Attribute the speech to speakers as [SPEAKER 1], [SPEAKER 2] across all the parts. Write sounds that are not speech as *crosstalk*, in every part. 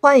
[SPEAKER 1] 欢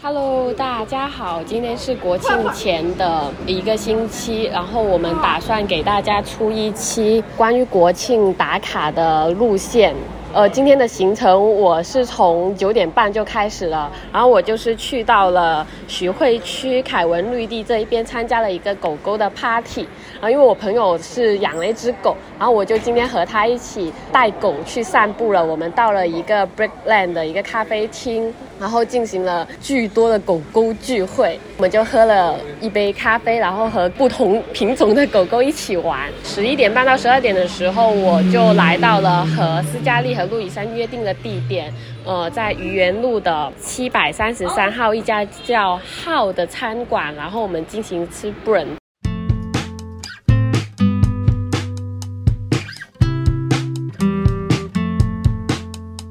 [SPEAKER 2] Hello，大家好，今天是国庆前的一个星期，然后我们打算给大家出一期关于国庆打卡的路线。呃，今天的行程我是从九点半就开始了，然后我就是去到了徐汇区凯文绿地这一边，参加了一个狗狗的 party。然后因为我朋友是养了一只狗，然后我就今天和他一起带狗去散步了。我们到了一个 Brickland 的一个咖啡厅，然后进行了巨多的狗狗聚会。我们就喝了一杯咖啡，然后和不同品种的狗狗一起玩。十一点半到十二点的时候，我就来到了和斯嘉丽和路易山约定的地点，呃，在愚园路的七百三十三号一家叫“浩”的餐馆，然后我们进行吃 brunch。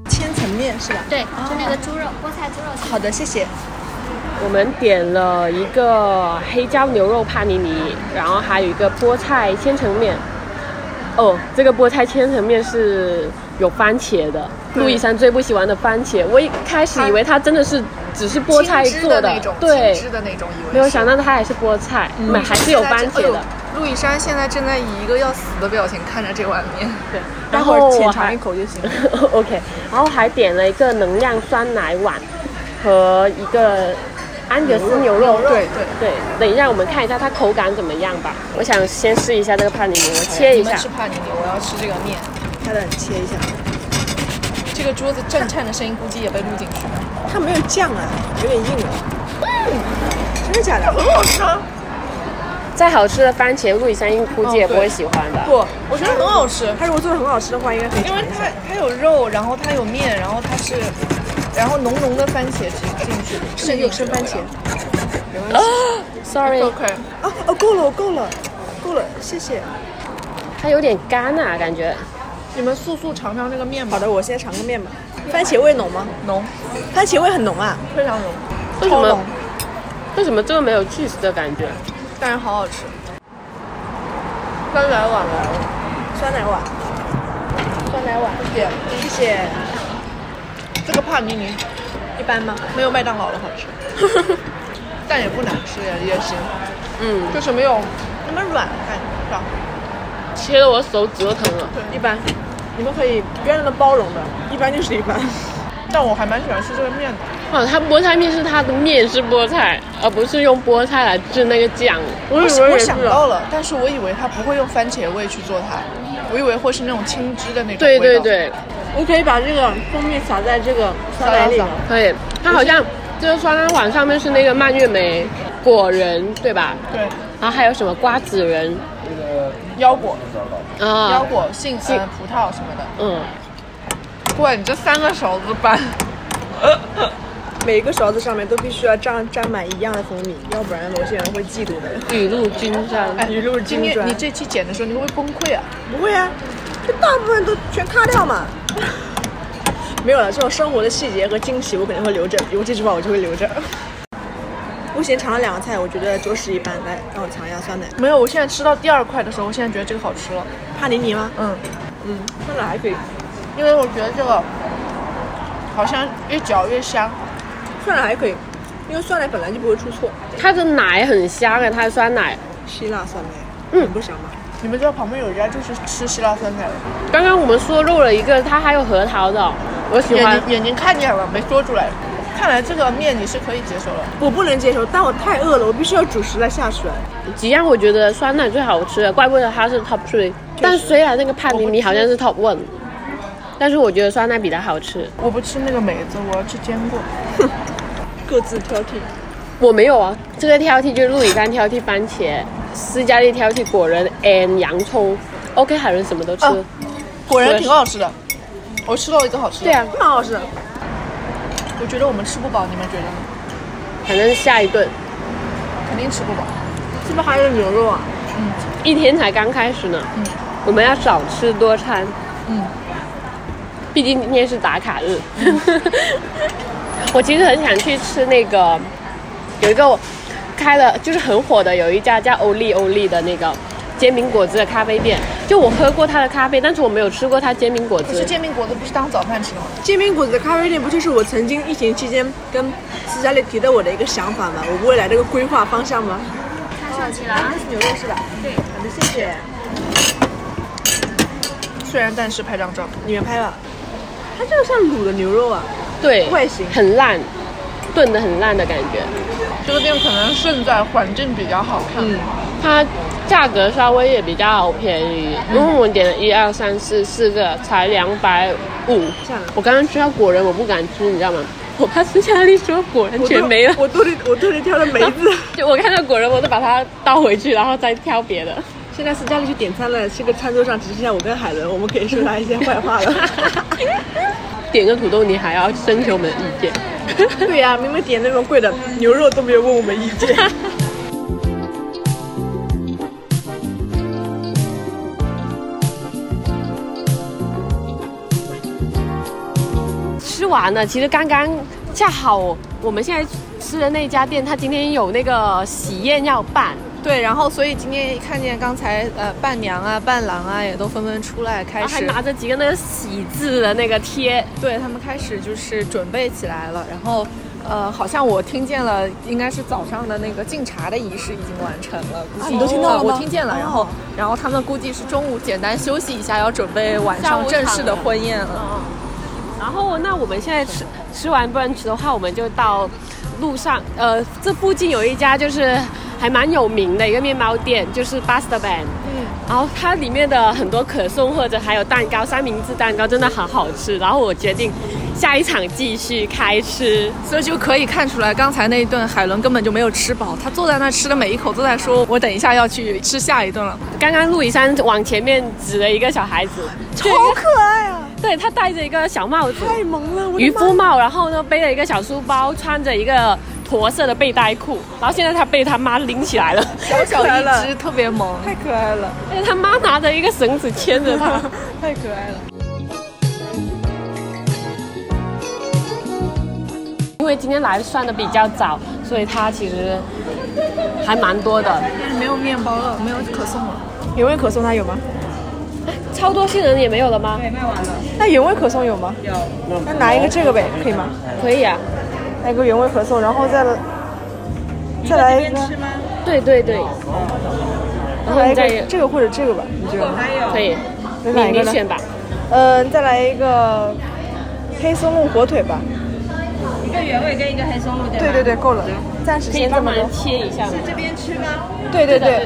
[SPEAKER 3] 千层面是吧？
[SPEAKER 4] 对，就那个猪肉，菠菜猪肉丝。
[SPEAKER 3] 好的，谢谢。
[SPEAKER 2] 我们点了一个黑椒牛肉帕尼尼，然后还有一个菠菜千层面。哦，这个菠菜千层面是有番茄的，
[SPEAKER 3] 对
[SPEAKER 2] 陆以山最不喜欢的番茄。我一开始以为它真的是只是菠菜
[SPEAKER 3] 青汁
[SPEAKER 2] 做
[SPEAKER 3] 的那种，
[SPEAKER 2] 对
[SPEAKER 3] 青，汁的那嗯种，以为
[SPEAKER 2] 没有
[SPEAKER 3] 是
[SPEAKER 2] 想到它也是菠菜，没、还是有番茄的。。
[SPEAKER 3] 哦陆以山现在正在以一个要死的表情看着这碗面，
[SPEAKER 2] 对，
[SPEAKER 3] 待
[SPEAKER 2] 然
[SPEAKER 3] 会
[SPEAKER 2] 后
[SPEAKER 3] 儿
[SPEAKER 2] 我
[SPEAKER 3] 浅
[SPEAKER 2] 还 *laughs*
[SPEAKER 3] 尝一口就行了。
[SPEAKER 2] OK，然后还点了一个能量酸奶碗和一个安格斯牛肉。
[SPEAKER 3] 对对
[SPEAKER 2] 对，等一下我们看一下它口感怎么样吧。我想先试一下这个帕尼尼，我切一
[SPEAKER 3] 哎你们
[SPEAKER 2] 下。
[SPEAKER 3] 吃帕尼尼，我要吃这个面。
[SPEAKER 5] 它的切一下，
[SPEAKER 3] 这个桌子震颤的声音估计也被录进去了。
[SPEAKER 5] 它没有酱啊，有点硬啊。真的假的？很好吃。
[SPEAKER 2] 再好吃的番茄，陆以山估计也
[SPEAKER 3] 哦对
[SPEAKER 2] 不会喜欢吧？
[SPEAKER 3] 不，我觉得很好吃，
[SPEAKER 5] 它如果做的很好吃的话，应该可以
[SPEAKER 3] 因
[SPEAKER 5] 尝
[SPEAKER 3] 为
[SPEAKER 5] 一
[SPEAKER 3] 它
[SPEAKER 5] 下。
[SPEAKER 3] 它有肉，然后它有面，然后它是，然后浓浓的番茄汁进去，
[SPEAKER 5] 这里有生番茄。
[SPEAKER 2] s o r r y
[SPEAKER 3] OK，
[SPEAKER 5] 哦哦，够了，够了，够了，谢谢。
[SPEAKER 2] 它有点干啊，感觉。
[SPEAKER 3] 你们速速尝尝这个面吧
[SPEAKER 5] 好，的，我先尝个面吧。番茄味浓吗？
[SPEAKER 3] 浓，
[SPEAKER 5] 番茄味很浓啊。
[SPEAKER 3] 非常浓，
[SPEAKER 2] 为什
[SPEAKER 3] 超
[SPEAKER 2] 么
[SPEAKER 3] 浓，
[SPEAKER 2] 为什么这个没有 cheese 的感觉？
[SPEAKER 3] 但是好好吃。酸奶碗来了，
[SPEAKER 5] 酸奶碗，
[SPEAKER 3] 酸奶碗，谢谢。
[SPEAKER 5] 谢谢。
[SPEAKER 3] 这个帕尼尼
[SPEAKER 5] 一般吗？
[SPEAKER 3] 没有麦当劳的好
[SPEAKER 5] *laughs*
[SPEAKER 3] 吃，但也不难吃也也行，
[SPEAKER 2] 嗯，
[SPEAKER 3] 就是没有那么软的感觉，是吧？
[SPEAKER 2] 切的我手指头疼了。
[SPEAKER 5] 一般。你们可以不要那么包容的，一般就是 *laughs* 一般。
[SPEAKER 3] 但我还蛮喜欢吃这个面的。
[SPEAKER 2] 哦，它菠菜面是它的面是菠菜，而不是用菠菜来制那个酱。我
[SPEAKER 3] 我
[SPEAKER 2] 以为
[SPEAKER 3] 我
[SPEAKER 2] 也是
[SPEAKER 3] 想。
[SPEAKER 5] 啊
[SPEAKER 3] 到了，但是我以为它不会用番茄味去做它，我以为会是那种青汁的那种
[SPEAKER 2] 对
[SPEAKER 3] 味
[SPEAKER 2] 对
[SPEAKER 3] 道，
[SPEAKER 2] 对，
[SPEAKER 5] 我可以把这个蜂蜜撒在这个酸奶里吗？
[SPEAKER 2] 可以。它好像这个酸奶碗上面是那个蔓越莓、果仁，对吧？
[SPEAKER 3] 对
[SPEAKER 2] 然后还有什么瓜子仁
[SPEAKER 3] 腰果、腰
[SPEAKER 2] 啊？
[SPEAKER 3] 果、杏、
[SPEAKER 2] 杏
[SPEAKER 3] 呃、葡萄什么的。
[SPEAKER 2] 嗯，
[SPEAKER 3] 哇，你这三个勺子拌，
[SPEAKER 5] 每一个勺子上面都必须要沾沾满一样的蜂蜜，要不然某些人会嫉妒的。
[SPEAKER 2] 雨露均沾。
[SPEAKER 3] 哎，
[SPEAKER 5] 雨露均
[SPEAKER 3] 今天
[SPEAKER 5] 沾
[SPEAKER 3] 你这期剪的时候，你会不会崩溃啊？
[SPEAKER 5] 不会啊，这大部分都全咔掉嘛。 *laughs* 没有了，这种生活的细节和惊喜，我肯定会留着。比如这句话，我就会留着。我先尝了两个菜，我觉得着实一般。来，让我尝一下酸奶
[SPEAKER 3] 没有，我现在吃到第二块的时候，我现在觉得这个好吃了，
[SPEAKER 5] 帕尼尼吗？
[SPEAKER 3] 嗯，
[SPEAKER 5] 嗯，酸奶还可以，
[SPEAKER 3] 因为我觉得这个好像越嚼越香。
[SPEAKER 5] 酸奶还可以，因为酸奶本来就不会出错。
[SPEAKER 2] 它的奶很香哎，它的酸奶。
[SPEAKER 5] 希腊酸奶，
[SPEAKER 2] 嗯
[SPEAKER 5] 很不香吗？
[SPEAKER 3] 你们知道旁边有一家就是吃希腊酸奶的，
[SPEAKER 2] 刚刚我们说漏了一个，它还有核桃的，哦我喜
[SPEAKER 3] 眼
[SPEAKER 2] 欢
[SPEAKER 3] 睛。眼睛看见了，没说出来。看来这个面你是可以接受的。
[SPEAKER 5] 我不能接受，但我太饿了，我必须要主食来下去。
[SPEAKER 2] 几样我觉得酸奶最好吃的，怪不得它是 top three。但虽然那个帕尼尼好像是 top one，但是我觉得酸奶比它好吃。
[SPEAKER 3] 我不吃那个梅子，我要吃坚果。
[SPEAKER 5] 各自挑剔，
[SPEAKER 2] 我没有啊，这个挑剔就是陆以山挑剔番茄，斯嘉丽挑剔果仁 and 洋葱。OK，海伦什么都吃。
[SPEAKER 3] 哦果然挺好吃的，我吃到一个好吃的。
[SPEAKER 2] 对，啊，
[SPEAKER 5] 蛮好吃的。
[SPEAKER 3] 我觉得我们吃不饱，你们觉得呢？
[SPEAKER 2] 反正下一顿
[SPEAKER 3] 肯定吃不饱。
[SPEAKER 5] 是不是还有牛肉啊？
[SPEAKER 2] 一天才刚开始呢，我们要少吃多餐。
[SPEAKER 3] 嗯，
[SPEAKER 2] 毕竟今天是打卡日。 *laughs* 我其实很想去吃那个，有一个开了就是很火的，有一家叫欧丽欧丽的那个煎饼果子的咖啡店。就我喝过它的咖啡，但是我没有吃过它煎饼果
[SPEAKER 3] 可是
[SPEAKER 2] 子。
[SPEAKER 3] 煎饼果子不是当早饭吃的吗？
[SPEAKER 5] 煎饼果子的咖啡店不就是我曾经疫情期间跟私家里提的我的一个想法吗？我未来这个规划方向吗？
[SPEAKER 4] 看上去了啊，
[SPEAKER 5] 是牛肉是吧？对，好的，谢谢。
[SPEAKER 3] 虽然但是拍张照，
[SPEAKER 5] 你们拍吧。它这个像卤的牛肉啊，
[SPEAKER 2] 对，
[SPEAKER 5] 外形
[SPEAKER 2] 很烂，炖的很烂的感觉。
[SPEAKER 3] 这个店可能胜在环境比较好看。
[SPEAKER 5] 嗯，
[SPEAKER 2] 它价格稍微也比较便宜，因为我点了一二三四四个，才两百五
[SPEAKER 5] 这样。
[SPEAKER 2] 我刚刚吃到果仁，我不敢吃，你知道吗？我怕私下里说果仁
[SPEAKER 5] 我
[SPEAKER 2] 全
[SPEAKER 5] 肚
[SPEAKER 2] 没了。
[SPEAKER 5] 我肚里我肚里挑了梅子。
[SPEAKER 2] *laughs*
[SPEAKER 5] *laughs*
[SPEAKER 2] 就我看到果仁，我都把它倒回去，然后再挑别的。
[SPEAKER 5] 现在私家里去点餐了，这个餐桌上只剩下我跟海伦，我们可以说他一些坏话了。 *laughs*
[SPEAKER 2] 点个土豆泥还要征求我们的意见。
[SPEAKER 5] 对呀、明明点那么贵的牛肉都没有问我们意见。
[SPEAKER 2] 吃完了，其实刚刚恰好我们现在吃的那家店，它今天有那个喜宴要办。
[SPEAKER 3] *laughs* 对，然后所以今天一看见刚才呃伴娘啊、伴郎啊也都纷纷出来开
[SPEAKER 2] 然后还
[SPEAKER 3] 始，
[SPEAKER 2] 拿着几个那个喜字的那个贴，
[SPEAKER 3] 啊对他们开始就是准备起来了，然后。呃，好像我听见了，应该是早上的那个敬茶的仪式已经完成了，估计、
[SPEAKER 5] 你都听到了吗
[SPEAKER 3] 呃我听见了，
[SPEAKER 5] 哦
[SPEAKER 3] 然后，然后他们估计是中午简单休息一下，要准备晚
[SPEAKER 2] 下午
[SPEAKER 3] 上正式的
[SPEAKER 2] 场了
[SPEAKER 3] 婚宴了。
[SPEAKER 2] 然后那我们现在吃吃完 brunch 的话，我们就到路上，呃，这附近有一家就是还蛮有名的一个面包店，就是 Buster Ban。嗯。然后它里面的很多可颂或者还有蛋糕，三明治蛋糕真的好好吃。然后我决定下一场继续开吃。
[SPEAKER 3] 所以就可以看出来，刚才那一顿海伦根本就没有吃饱，她坐在那儿吃的每一口都在说：“我等一下要去吃下一顿了。
[SPEAKER 2] 刚刚陆以山往前面指了一个小孩子，超
[SPEAKER 5] 可爱啊，
[SPEAKER 2] 对他戴着一个小帽子，
[SPEAKER 5] 太萌了！我的
[SPEAKER 2] 渔
[SPEAKER 5] 妈
[SPEAKER 2] 夫帽，然后呢背着一个小书包，穿着一个驼色的背带裤，然后现在他被他妈拎起来了， *laughs*
[SPEAKER 3] 小小
[SPEAKER 5] 太可爱
[SPEAKER 3] 一只，
[SPEAKER 5] 了
[SPEAKER 3] 特别萌。
[SPEAKER 5] 太可爱了，
[SPEAKER 2] 而且他妈拿着一个绳子牵着他。
[SPEAKER 5] *laughs* 太可爱了。
[SPEAKER 2] 因为今天来算的比较早，所以他其实还蛮多的，
[SPEAKER 3] 但是没有面包了，没有可颂了。
[SPEAKER 5] 原味可颂它有吗？
[SPEAKER 2] 超多杏仁也没有了吗？
[SPEAKER 5] 那原味可颂有吗？有。那拿一个这个呗，可以吗？
[SPEAKER 2] 可以啊，
[SPEAKER 5] 来个原味可颂，然后再再来一个，
[SPEAKER 2] 对对对，然
[SPEAKER 5] 再
[SPEAKER 2] 后
[SPEAKER 5] 来
[SPEAKER 2] 你
[SPEAKER 5] 一
[SPEAKER 2] 再
[SPEAKER 5] 个这个或者这个吧，你觉得呢？
[SPEAKER 2] 可以，
[SPEAKER 5] 再来一
[SPEAKER 2] 你
[SPEAKER 5] 个
[SPEAKER 2] 你
[SPEAKER 5] 呢
[SPEAKER 2] 选吧，
[SPEAKER 5] 嗯，再来一个黑松露火腿吧。一个原味跟一个黑松露，对对对，够了，暂时
[SPEAKER 2] 可以
[SPEAKER 5] 先这
[SPEAKER 2] 帮
[SPEAKER 5] 么
[SPEAKER 2] 忙
[SPEAKER 5] 多。
[SPEAKER 2] 切一下吗？
[SPEAKER 5] 对对
[SPEAKER 2] 对
[SPEAKER 5] 对，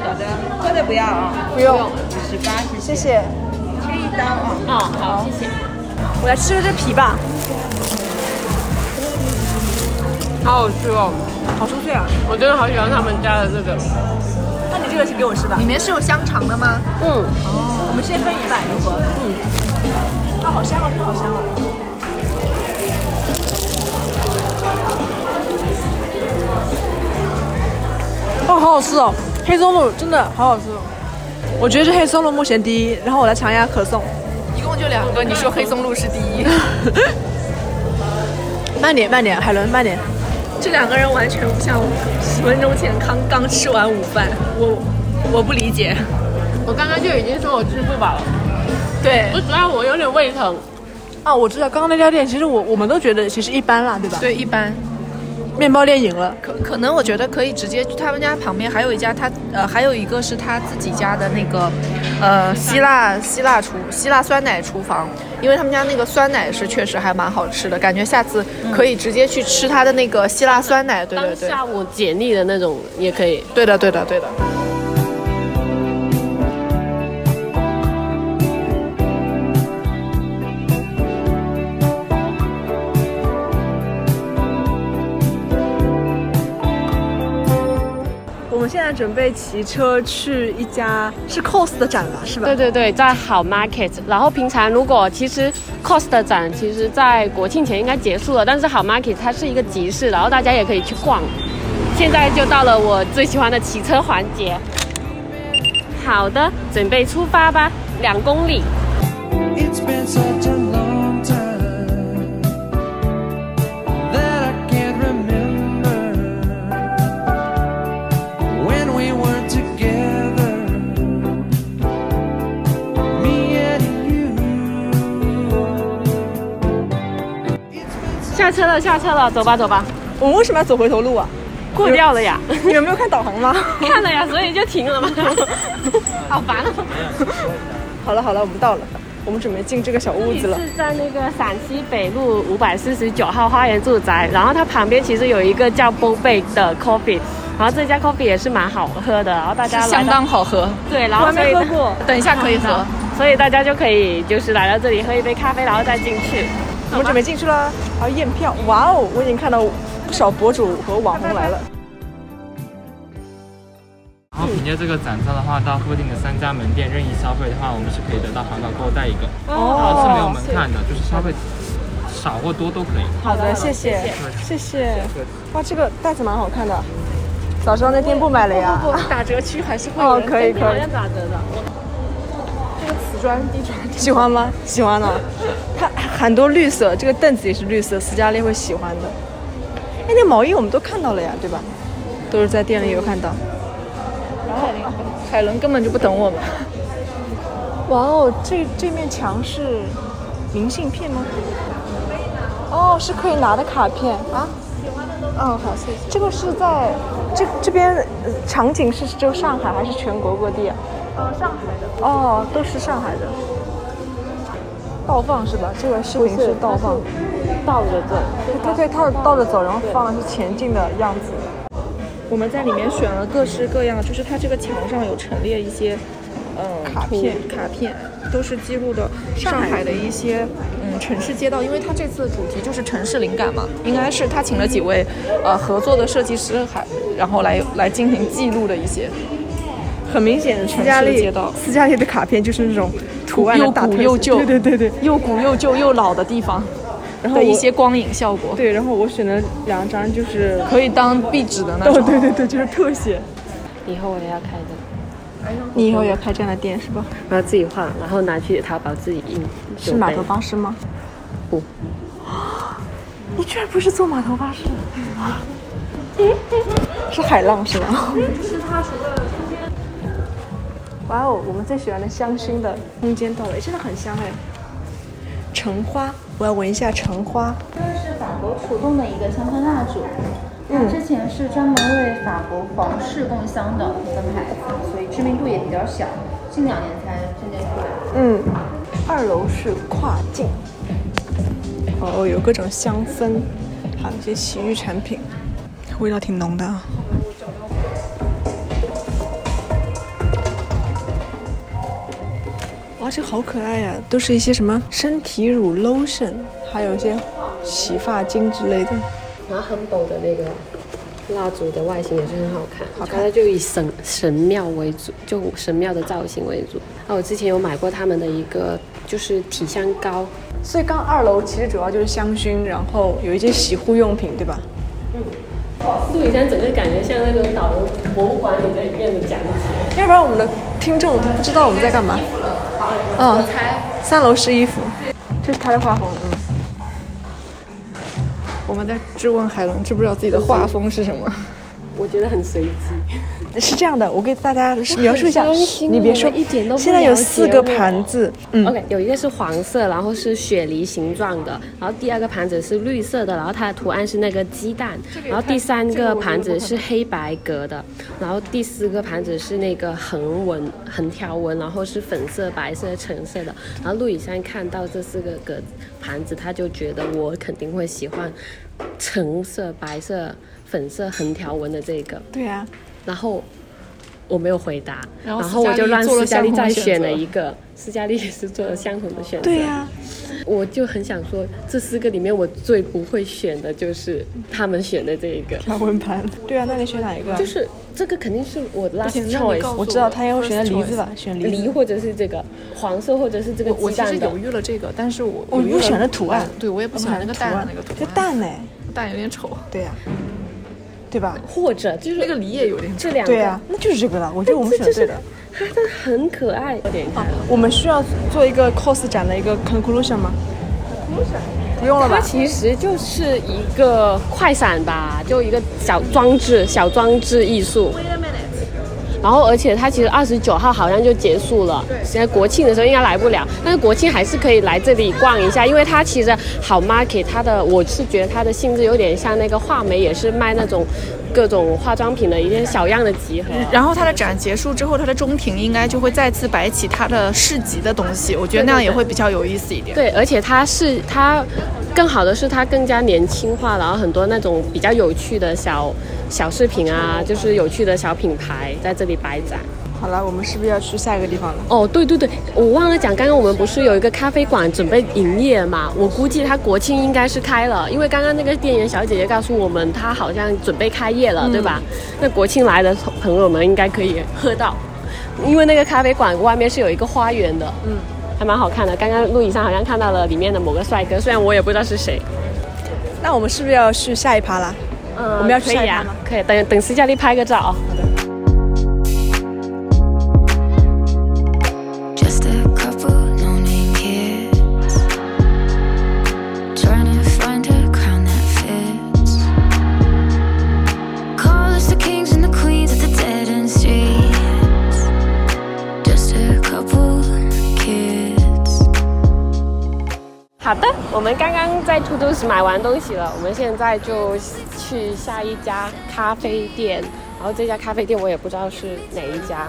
[SPEAKER 2] 的，
[SPEAKER 5] 不啊用，谢谢。
[SPEAKER 2] 嗯，好，谢谢。
[SPEAKER 5] 我来吃吃这皮吧，
[SPEAKER 2] 好好吃哦，
[SPEAKER 5] 好酥脆啊！
[SPEAKER 2] 我真的好喜欢他们家的这个。
[SPEAKER 5] 那你这个是给我吃的哦
[SPEAKER 3] 里，面是有香肠的吗？
[SPEAKER 2] 嗯，
[SPEAKER 5] 我们先分一半，如何？嗯。啊，好香啊，这个好香啊！哦，好好吃哦，黑松露真的好好吃哦。我觉得这黑松露目前第一，然后我来尝一下可颂。
[SPEAKER 3] 一共就两个，你说黑松露是第一，
[SPEAKER 5] 慢点，慢点，海伦，慢点。这两个人完全不像十分钟前刚刚吃完午饭，我我不理解。
[SPEAKER 2] 我刚刚就已经说我吃不饱了，
[SPEAKER 5] 对
[SPEAKER 2] 我主要我有点胃疼。
[SPEAKER 5] 啊，我知道刚刚那家店，其实我我们都觉得其实一般啦，对吧？，
[SPEAKER 3] 对，一般。
[SPEAKER 5] 面包店赢了。
[SPEAKER 3] 可可能我觉得可以直接，他们家旁边还有一家他呃，还有一个是他自己家的那个呃希腊希腊厨希腊酸奶厨房，因为他们家那个酸奶是确实还蛮好吃的，感觉下次可以直接去吃他的那个希腊酸奶。对
[SPEAKER 2] 当
[SPEAKER 3] 对对，
[SPEAKER 2] 下午解腻的那种也可以。
[SPEAKER 3] 对的对的对的。
[SPEAKER 5] 我们现在准备骑车去一家是 COS 的展了，是吧？
[SPEAKER 2] 对对对，在好 market。然后平常如果其实 cost 的展，其实在国庆前应该结束了，但是好 market 它是一个集市，然后大家也可以去逛。现在就到了我最喜欢的骑车环节。好的，准备出发吧，两公里。
[SPEAKER 6] It's been such a long time
[SPEAKER 2] 车了，下车了，走吧，走吧，
[SPEAKER 5] 我们为什么要走回头 *laughs* 路啊？
[SPEAKER 2] 过掉了呀，
[SPEAKER 5] 你们没有看导航吗？
[SPEAKER 2] 看了呀，所以就停了嘛，好烦啊！
[SPEAKER 5] 好了好了，我们到了，我们准备进这个小屋
[SPEAKER 2] 你
[SPEAKER 5] 子了。
[SPEAKER 2] 是在那个陕西北路五百四十九号花园住宅，然后它旁边其实有一个叫 Bobay 的 coffee，然后这家 coffee 也是蛮好喝的，然后大家来到
[SPEAKER 3] 相当好喝，
[SPEAKER 2] 对，然后
[SPEAKER 5] 我还
[SPEAKER 2] 所
[SPEAKER 5] 没
[SPEAKER 2] 以
[SPEAKER 5] 喝过，
[SPEAKER 3] 等一下可以喝。
[SPEAKER 2] 所以大家就可以就是来到这里喝一杯咖啡，然后再进去。
[SPEAKER 5] 我们准备进去了，还要验票。哇哦，我已经看到不少博主和网红来了。
[SPEAKER 6] 然后凭借这个展票的话，到附近的三家门店任意消费的话，我们是可以得到环保购带一个，
[SPEAKER 5] 哦
[SPEAKER 6] 然后是没有门槛的，就是消费少或多都可以。
[SPEAKER 5] 好的，谢谢，谢谢。哇，这个袋子蛮好看的，早知道在店铺买了呀。
[SPEAKER 2] 打折区还是会
[SPEAKER 5] 哦，可以可以。
[SPEAKER 2] 打折的。
[SPEAKER 5] 喜欢吗？喜欢呢、它很多绿色，这个凳子也是绿色，斯嘉丽会喜欢的。哎，那毛衣我们都看到了呀，对吧？都是在店里有看到。
[SPEAKER 3] 海伦根本就不等我们，
[SPEAKER 5] 哇哦，这这面墙是明信片吗？哦，是可以拿的卡片啊。哦，好，谢谢。这个是在这这边呃场景是只有上海还是全国各地啊？呃，上海的。哦，都是上海的。倒放是吧？这个视频是倒放。
[SPEAKER 2] 到了这，
[SPEAKER 5] 对对，它是倒着走，然后放的是前进的样子。
[SPEAKER 3] 我们在里面选了各式各样，就是它这个墙上有陈列一些，嗯，
[SPEAKER 5] 卡片
[SPEAKER 3] 图卡片都是记录的上海的一些嗯城市街道，因为它这次的主题就是城市灵感嘛，应该是他请了几位呃合作的设计师还然后来来进行记录的一些
[SPEAKER 5] 很明显的城
[SPEAKER 3] 嘉
[SPEAKER 5] 市
[SPEAKER 3] 丽
[SPEAKER 5] 街道，斯嘉丽的卡片就是那种图案的
[SPEAKER 3] 又
[SPEAKER 5] 大
[SPEAKER 3] 古
[SPEAKER 5] 特
[SPEAKER 3] 又
[SPEAKER 5] 写
[SPEAKER 3] 旧
[SPEAKER 5] 对对对对。
[SPEAKER 3] 又古又旧又老的地方
[SPEAKER 5] 然后
[SPEAKER 3] 的一
[SPEAKER 5] 我
[SPEAKER 3] 些光影效果，
[SPEAKER 5] 对，然后我选了两张，就是
[SPEAKER 3] 可以当壁纸的那
[SPEAKER 5] 哦，
[SPEAKER 3] 种。
[SPEAKER 5] 对对对，就是特写。
[SPEAKER 2] 以后我也要开这个，
[SPEAKER 5] 你以后也要开这样的店是吧？
[SPEAKER 2] 然后自己画，然后拿去淘宝自己印。
[SPEAKER 5] 是码头巴士吗？
[SPEAKER 2] 不，
[SPEAKER 5] 你居然不是坐码头巴士？ *laughs* 是海浪是吧？是 *laughs* 它除了哇哦，我们最喜欢的香薰的空间到了，哎真的很香哎。橙花，我要闻一下橙花。
[SPEAKER 7] 这是法国土贡的一个香氛蜡烛，它
[SPEAKER 2] 嗯
[SPEAKER 7] 之前是专门为法国皇室供香的一个牌子，所以知名度也比较小，近两年才真正出来。
[SPEAKER 5] 嗯，二楼是跨境，哦，有各种香氛，还有一些洗浴产品，味道挺浓的啊。哇，这个好可爱呀、都是一些什么身体乳 lotion，还有一些洗发精之类的。
[SPEAKER 2] 然后 Humble 的那个蜡烛的外形也是很好看，它就以神神庙为主，就神庙的造型为主。啊，我之前有买过他们的一个就是体香膏，
[SPEAKER 5] 所以刚二楼其实主要就是香薰，然后有一些洗护用品，对吧？
[SPEAKER 2] 录影像整个感觉像那种导游博物馆里的一样的讲解。
[SPEAKER 5] 要不然我们的听众他不知道我们在干嘛。嗯，三楼试衣服，这是他的画风，嗯，
[SPEAKER 3] 我们在质问海伦知不知道自己的画风是什么。
[SPEAKER 2] 我觉得很随机，
[SPEAKER 5] 是这样的，我给大家描述一下
[SPEAKER 2] 我很伤，心
[SPEAKER 5] 你别说，
[SPEAKER 2] 我一点都不
[SPEAKER 5] 现在有
[SPEAKER 2] 了解
[SPEAKER 5] 四个
[SPEAKER 2] 我
[SPEAKER 5] 盘子，嗯，
[SPEAKER 2] OK，有一个是黄色，然后是雪梨形状的，然后第二个盘子是绿色的，然后它的图案是那个鸡蛋，然后第三个盘子是黑白格的，然后第四个盘子是那个横纹横条纹，然后是粉色、白色、橙色的。然后陆以山看到这四个格盘子，他就觉得我肯定会喜欢橙色、白色、粉色横条纹的这个。
[SPEAKER 5] 对啊，
[SPEAKER 2] 然后我没有回答，
[SPEAKER 3] 然
[SPEAKER 2] 然
[SPEAKER 3] 后
[SPEAKER 2] 后我就让
[SPEAKER 3] 斯
[SPEAKER 2] 斯
[SPEAKER 3] 嘉
[SPEAKER 2] 嘉
[SPEAKER 3] 丽
[SPEAKER 2] 丽
[SPEAKER 3] 做了
[SPEAKER 2] 再选
[SPEAKER 3] 相同的
[SPEAKER 2] 了一个，斯嘉丽也是做了相同的选择。
[SPEAKER 5] 对
[SPEAKER 3] 啊
[SPEAKER 5] 呀、
[SPEAKER 2] 我就很想说，这四个里面我最不会选的就是他们选的这一个，
[SPEAKER 5] 条纹盘，对啊，那你选哪一个啊？
[SPEAKER 2] 就是这个肯定是我的 last
[SPEAKER 3] 那你告诉
[SPEAKER 2] choice，
[SPEAKER 5] 我知道他应该
[SPEAKER 3] first
[SPEAKER 5] 会选的梨子
[SPEAKER 3] choice
[SPEAKER 5] 吧，选梨
[SPEAKER 2] 梨
[SPEAKER 5] 子，
[SPEAKER 2] 或者是这个黄色或者是这个
[SPEAKER 3] 我
[SPEAKER 2] 鸡
[SPEAKER 3] 其实
[SPEAKER 2] 蛋的
[SPEAKER 3] 犹。豫了这个，但是我
[SPEAKER 5] 我
[SPEAKER 3] 犹豫
[SPEAKER 5] 不
[SPEAKER 3] 了
[SPEAKER 5] 喜欢那图案
[SPEAKER 3] 对我也不喜欢那个蛋的那个图
[SPEAKER 5] 这
[SPEAKER 3] 案，
[SPEAKER 5] 蛋呢？
[SPEAKER 3] 蛋有点丑，
[SPEAKER 5] 对呀、对吧？
[SPEAKER 2] 或者就是
[SPEAKER 3] 那个梨也有点丑。啊
[SPEAKER 2] 这两个，
[SPEAKER 5] 对呀、那就是这个了，我觉得我们
[SPEAKER 2] 这
[SPEAKER 5] 选
[SPEAKER 2] 就
[SPEAKER 5] 对
[SPEAKER 2] 是
[SPEAKER 5] 的。
[SPEAKER 2] 它真的很可爱。我点开
[SPEAKER 3] 哦
[SPEAKER 2] 了，
[SPEAKER 5] 我们需要做一个 cos 展的一个 conclusion 吗？不用了吧
[SPEAKER 2] 它？其实就是一个快闪吧，就一个小装置，小装置艺术。然后而且它其实二十九号好像就结束了，现在国庆的时候应该来不了，但是国庆还是可以来这里逛一下，因为它其实好 market 它的，我是觉得它的性质有点像那个画眉，也是卖那种各种化妆品的一些小样的集合。
[SPEAKER 3] 然后它的展结束之后，它的中庭应该就会再次摆起它的市集的东西，我觉得那样也会比较有意思一点。
[SPEAKER 2] 对，而且它是它更好的是它更加年轻化，然后很多那种比较有趣的小小饰品啊，就是有趣的小品牌在这里摆展。
[SPEAKER 5] 好了，我们是不是要去下一个地方了？
[SPEAKER 2] 哦，对对对，我忘了讲，刚刚我们不是有一个咖啡馆准备营业嘛？我估计它国庆应该是开了，因为刚刚那个店员小姐姐告诉我们，她好像准备开业了，对吧？那国庆来的朋友们应该可以喝到，因为那个咖啡馆外面是有一个花园的，嗯，还蛮好看的。刚刚路易上好像看到了里面的某个帅哥，虽然我也不知道是谁。
[SPEAKER 5] 那我们是不是要去下一趴啦？
[SPEAKER 2] 嗯
[SPEAKER 3] 呃
[SPEAKER 5] 我们要去
[SPEAKER 2] 可
[SPEAKER 5] 下一
[SPEAKER 2] 以
[SPEAKER 5] 趴
[SPEAKER 2] 啊
[SPEAKER 5] 吗，
[SPEAKER 2] 可以等等斯嘉丽拍个照啊、
[SPEAKER 8] Just a couple lonely kids trying to find a crown that fits. Call us the kings and the queens of the dead end streets. Just a couple kids.
[SPEAKER 2] 好的，我们刚刚在 To Do's 买完东西了，我们现在就去下一家咖啡店。然后这家咖啡店我也不知道是哪一家，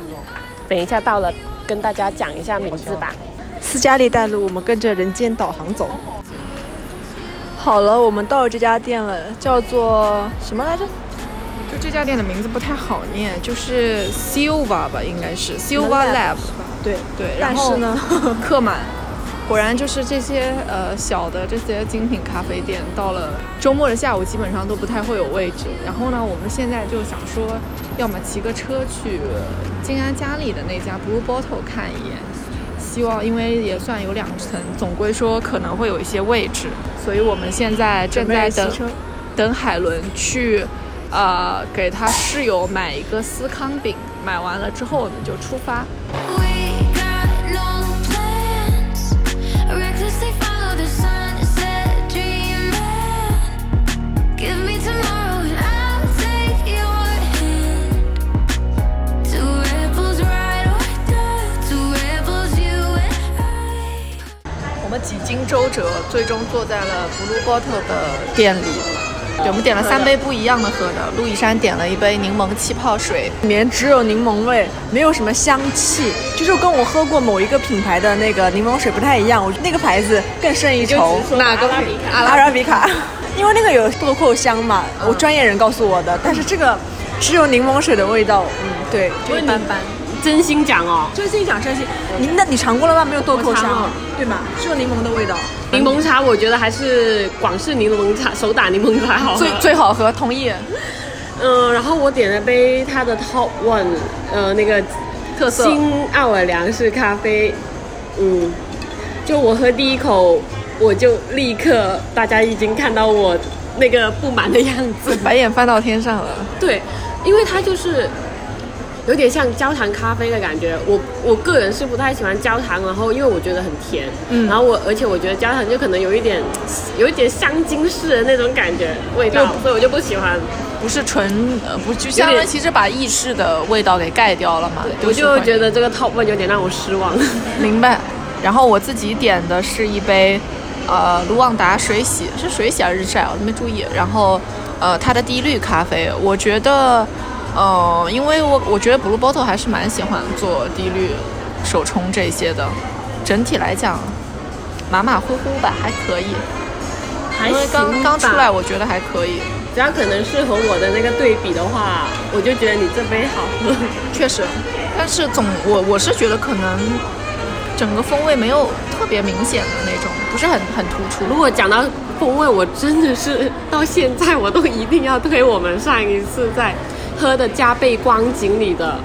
[SPEAKER 2] 等一下到了跟大家讲一下名字吧。
[SPEAKER 5] 斯嘉丽带路，我们跟着人间导航走。好了，我们到了这家店了，叫做什么来着？
[SPEAKER 3] 就这家店的名字不太好念，就是 Silva 吧，应该是 Silva
[SPEAKER 5] Lab
[SPEAKER 3] Lab。
[SPEAKER 5] 对，
[SPEAKER 3] 对，
[SPEAKER 5] 但
[SPEAKER 3] 然后
[SPEAKER 5] 是呢，
[SPEAKER 3] *laughs* 客满。果然就是这些呃小的这些精品咖啡店，到了周末的下午基本上都不太会有位置。然后呢，我们现在就想说，要么骑个车去静安嘉里的那家 Blue Bottle 看一眼，希望因为也算有两层，总归说可能会有一些位置，所以我们现在正在
[SPEAKER 5] 准
[SPEAKER 3] 等
[SPEAKER 5] 备骑车
[SPEAKER 3] 等海伦去，呃，给他室友买一个司康饼，买完了之后我们就出发。
[SPEAKER 8] We got no plans. Recklessly follow the sunset, dreaming. Give me tomorrow and I'll take your hand. Two rebels, ride or die. Two rebels, you and I.
[SPEAKER 3] 我们几经周折，最终坐在了 Blue Bottle 的店里。对，我们点了三杯不一样的喝的。陆一山点了一杯柠檬气泡水，
[SPEAKER 5] 里面只有柠檬味，没有什么香气，就是跟我喝过某一个品牌的那个柠檬水不太一样，我那个牌子更胜一筹。
[SPEAKER 3] 哪个品阿
[SPEAKER 5] 阿拉比卡，因为那个有豆蔻香嘛，我专业人告诉我的，但是这个只有柠檬水的味道，嗯，对，就一般般。
[SPEAKER 2] 真心讲哦，
[SPEAKER 5] 真心讲真心，你那你尝过了吗？没有豆蔻
[SPEAKER 2] 我尝
[SPEAKER 5] 香
[SPEAKER 2] 了，
[SPEAKER 5] 对吗？只有柠檬的味道。
[SPEAKER 2] 柠檬茶我觉得还是广式柠檬茶，手打柠檬茶好喝。
[SPEAKER 3] 最最好喝，同意。
[SPEAKER 2] 嗯，然后我点了杯它的 Top One，呃，那个特
[SPEAKER 3] 色
[SPEAKER 2] 新奥尔良式咖啡。嗯，就我喝第一口，我就立刻，大家已经看到我那个不满的样子。
[SPEAKER 3] *laughs* 白眼翻到天上了。
[SPEAKER 2] 对，因为它就是有点像焦糖咖啡的感觉。我我个人是不太喜欢焦糖，然后因为我觉得很甜，
[SPEAKER 3] 嗯
[SPEAKER 2] 然后我而且我觉得焦糖就可能有一点有一点香精式的那种感觉味道，所以我就不喜欢。
[SPEAKER 3] 不是纯，呃，不就相当于其实把意式的味道给盖掉了嘛。
[SPEAKER 2] 我就觉
[SPEAKER 3] 得
[SPEAKER 2] 得这个 top one 有点让我失望。
[SPEAKER 3] 明白。然后我自己点的是一杯，呃，卢旺达水洗是水洗还是日晒啊？我都没注意。然后，呃，它的低滤咖啡，我觉得，呃，因为我我觉得 Blue Bottle 还是蛮喜欢做低滤、手冲这些的。整体来讲，马马虎虎吧，还可以。
[SPEAKER 2] 还
[SPEAKER 3] 因为刚
[SPEAKER 2] 行
[SPEAKER 3] 刚
[SPEAKER 2] 吧
[SPEAKER 3] 出来，我觉得还可以。
[SPEAKER 2] 只要可能是和我的那个对比的话，我就觉得你这杯好喝。 *laughs*
[SPEAKER 3] 确实，但是总我我是觉得可能整个风味没有特别明显的那种，不是很很突出。
[SPEAKER 2] 如果讲到风味，我真的是到现在我都一定要推我们上一次在喝的加倍光景里的。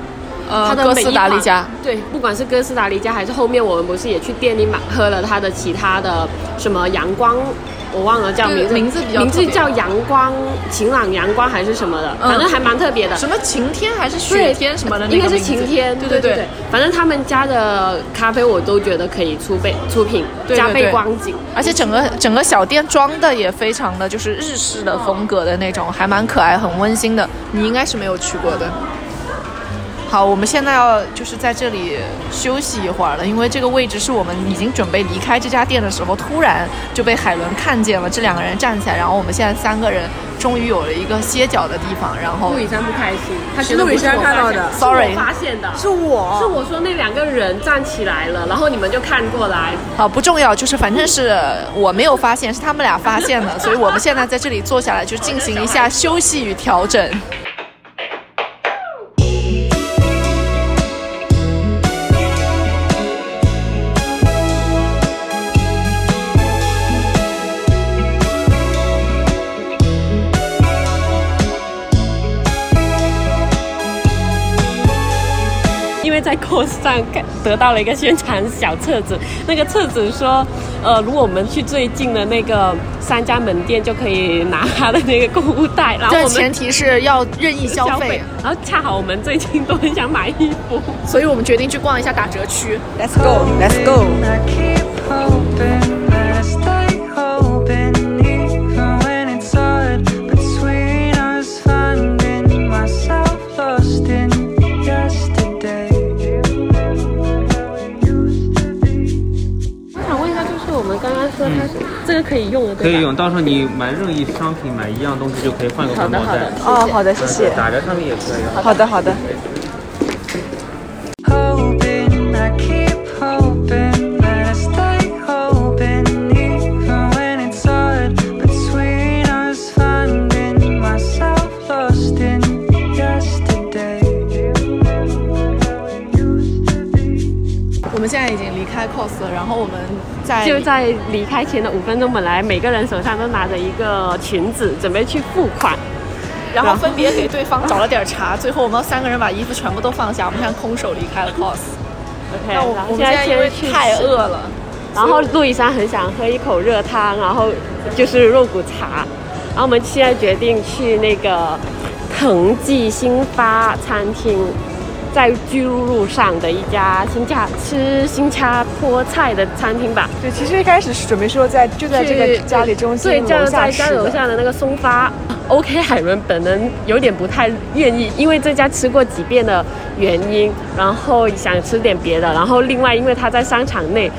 [SPEAKER 3] 呃，
[SPEAKER 2] 它的
[SPEAKER 3] 哥
[SPEAKER 2] 每一
[SPEAKER 3] 斯达黎
[SPEAKER 2] 款
[SPEAKER 3] 加，
[SPEAKER 2] 对，不管是哥斯达黎加还是后面我们不是也去店里买喝了它的其他的什么阳光，我忘了叫
[SPEAKER 3] 对
[SPEAKER 2] 名
[SPEAKER 3] 名字
[SPEAKER 2] 字，
[SPEAKER 3] 比较
[SPEAKER 2] 名字
[SPEAKER 3] 特别
[SPEAKER 2] 叫阳光晴朗阳光还是什么的，
[SPEAKER 3] 嗯
[SPEAKER 2] 反正还蛮特别的。
[SPEAKER 3] 什么晴天还是
[SPEAKER 2] 对
[SPEAKER 3] 雪天什么的那个
[SPEAKER 2] 应该是
[SPEAKER 3] 名字
[SPEAKER 2] 晴天。
[SPEAKER 3] 对
[SPEAKER 2] 对
[SPEAKER 3] 对
[SPEAKER 2] 对，，反正他们家的咖啡我都觉得可以出杯出品，
[SPEAKER 3] 对对
[SPEAKER 2] 加倍
[SPEAKER 3] 对
[SPEAKER 2] 光景。
[SPEAKER 3] 而且整个整个小店装的也非常的就是日式的风格的那种，还蛮可爱，很温馨的。你应该是没有去过的，好，我们现在要就是在这里休息一会儿了，因为这个位置是我们已经准备离开这家店的时候，突然就被海伦看见了。这两个人站起来，然后我们现在三个人终于有了一个歇脚的地方。然后
[SPEAKER 2] 陆，以山不开心，他觉
[SPEAKER 5] 是
[SPEAKER 2] 得
[SPEAKER 5] 陆以
[SPEAKER 2] 不是
[SPEAKER 5] 山
[SPEAKER 2] 我
[SPEAKER 5] 看
[SPEAKER 2] 发现
[SPEAKER 5] 到的
[SPEAKER 2] 是
[SPEAKER 3] Sorry
[SPEAKER 2] 我发现的，
[SPEAKER 5] 是我，
[SPEAKER 2] 是我说那两个人站起来了，然后你们就看过来，
[SPEAKER 3] 好不重要，就是反正是我没有发现，是他们俩发现的，所以我们现在在这里坐下来，就进行一下休息与调整。
[SPEAKER 2] *laughs* 因为在 cos 上看得到了一个宣传小册子，那个册子说，呃，如果我们去最近的那个三家门店，就可以拿他的那个购物袋，然后
[SPEAKER 3] 但
[SPEAKER 2] 我
[SPEAKER 3] 前
[SPEAKER 2] 们
[SPEAKER 3] 提是要任意消费，，
[SPEAKER 2] 然后恰好我们最近都很想买衣服，
[SPEAKER 3] 所以我们决定去逛一下打折区。
[SPEAKER 5] Let's go, let's go。
[SPEAKER 9] I keep hoping that I stay hoping, even when it's hard. Between us, finding myself lost in yesterday.
[SPEAKER 2] 我想问一下，就是我们刚刚说它是、这个可以用的，
[SPEAKER 6] 可
[SPEAKER 2] 对吧？
[SPEAKER 6] 以用，到时候你买任意商品，买一样东西就可以换个环保
[SPEAKER 2] 好的
[SPEAKER 6] 袋
[SPEAKER 2] 好。
[SPEAKER 5] 哦，好的，谢谢。
[SPEAKER 6] 打折上面也可以。啊
[SPEAKER 5] 好的，好的。
[SPEAKER 9] Hoping, I keep hoping that I stay hoping, even when it's hard. Between us, finding myself lost in yesterday.
[SPEAKER 3] 我们现在已经离开 cos 了，然后我们在
[SPEAKER 2] 就在离开前的五分钟，本来每个人手上都拿着一个裙子，准备去付款。
[SPEAKER 3] 然后分别给对方找了点茶，最后我们三个人把衣服全部都放下，我们现在空手离开了 cos。
[SPEAKER 2] OK，
[SPEAKER 3] 那我
[SPEAKER 2] 然后
[SPEAKER 3] 我们现
[SPEAKER 2] 现
[SPEAKER 3] 在
[SPEAKER 2] 在
[SPEAKER 3] 因为
[SPEAKER 2] 先去
[SPEAKER 3] 太
[SPEAKER 2] 吃
[SPEAKER 3] 饿了，
[SPEAKER 2] 然后陆以山很想喝一口热汤，然后就是肉骨茶。然后我们现在决定去那个藤记新发餐厅，在巨鹿路上的一家新加吃新加坡菜的餐厅吧。
[SPEAKER 5] 对，其实一开始是准备说在就在这个
[SPEAKER 2] 去
[SPEAKER 5] 家里中
[SPEAKER 2] 对，
[SPEAKER 5] 心
[SPEAKER 2] 这样
[SPEAKER 5] 楼
[SPEAKER 2] 在
[SPEAKER 5] 下
[SPEAKER 2] 家
[SPEAKER 5] 吃
[SPEAKER 2] 楼
[SPEAKER 5] 的。
[SPEAKER 2] 下的那个松发。OK，海伦本人有点不太愿意，因为这家吃过几遍的原因，然后想吃点别的，然后另外因为他在商场内，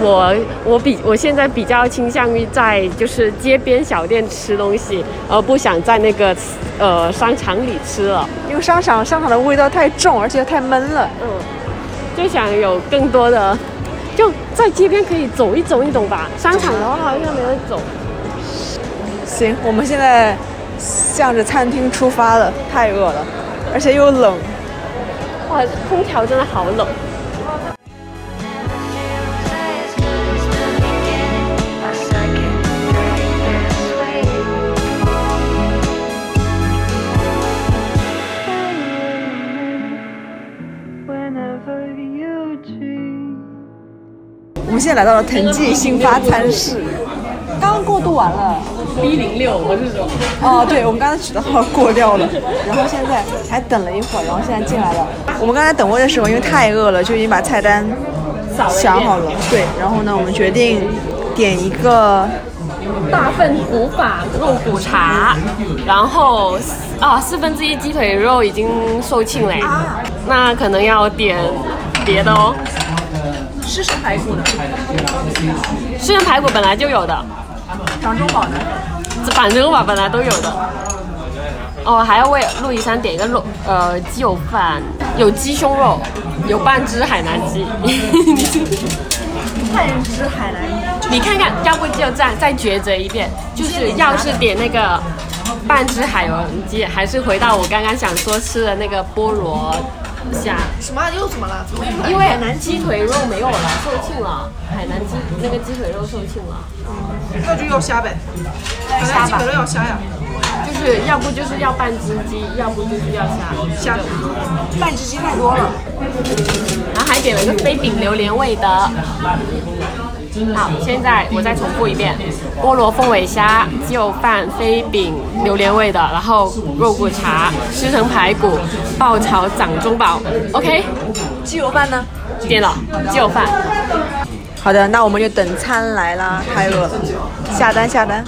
[SPEAKER 2] 我我比我现在比较倾向于在就是街边小店吃东西，而不想在那个呃商场里吃了。
[SPEAKER 5] 因为商场商场的味道太重，而且太闷了。
[SPEAKER 2] 嗯，就想有更多的，就在街边可以走一走，你懂吧？商场的话好像没得走。
[SPEAKER 5] 行，我们现在向着餐厅出发了，太饿了，而且又冷。
[SPEAKER 2] 哇，空调真的好冷。
[SPEAKER 9] Whenever you dream.
[SPEAKER 5] 我们现在来到了藤记新发餐室，刚刚过渡完了。
[SPEAKER 2] B 零六，我是说。
[SPEAKER 5] 哦，对，我们刚才取的号过掉了，然后现在还等了一会儿，然后现在进来了。我们刚才等位的时候，因为太饿了，就已经把菜单想好了。对，然后呢，我们决定点一个
[SPEAKER 2] 大份古法肉骨茶，然后啊四分之一鸡腿肉已经售罄嘞，那可能要点别的哦。
[SPEAKER 5] 湿式排骨的
[SPEAKER 2] 虽然排骨本来就有的，
[SPEAKER 5] 掌中宝的，
[SPEAKER 2] 反正吧本来都有的。哦，还要为陆以山点一个肉，呃，鸡油饭，有鸡胸肉，有半只海南鸡。
[SPEAKER 5] *laughs* 半只海南
[SPEAKER 2] 你看看，要不就这样再抉择一遍，就是要是点那个半只海螺鸡，还是回到我刚刚想说吃的那个菠萝虾，
[SPEAKER 3] 什么又怎么了？
[SPEAKER 2] 因为鸡腿肉没有了，售罄了，海南鸡那个鸡腿肉售罄了，
[SPEAKER 3] 那就要虾呗，
[SPEAKER 2] 虾吧，
[SPEAKER 3] 要虾呀，
[SPEAKER 2] 就是要不就是要半只鸡，要不就是要虾，
[SPEAKER 3] 虾
[SPEAKER 2] 对
[SPEAKER 5] 半只鸡太多了。
[SPEAKER 2] 然后还点了一个飞饼榴莲味的。好，现在我再重复一遍：菠萝凤尾虾、鸡肉饭、飞饼榴莲味的，然后肉骨茶、湿藤排骨、爆炒掌中宝。OK，
[SPEAKER 5] 鸡油饭呢？
[SPEAKER 2] 点了鸡肉饭。
[SPEAKER 5] 好的，那我们就等餐来啦，太饿了，下单下单。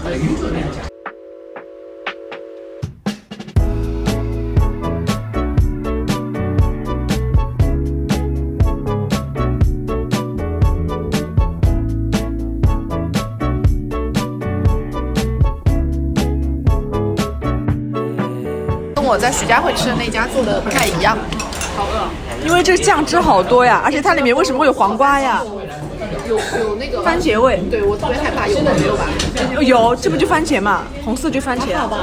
[SPEAKER 3] 我在徐家汇吃的那家做的不太一样。
[SPEAKER 5] 因为这个酱汁好多呀，而且它里面为什么会有黄瓜呀？
[SPEAKER 3] 有有那个
[SPEAKER 5] 番，茄味，
[SPEAKER 3] 对我特别害怕有没有吧？
[SPEAKER 5] 有这不就番茄嘛，红色就番茄。啊
[SPEAKER 2] 好吧，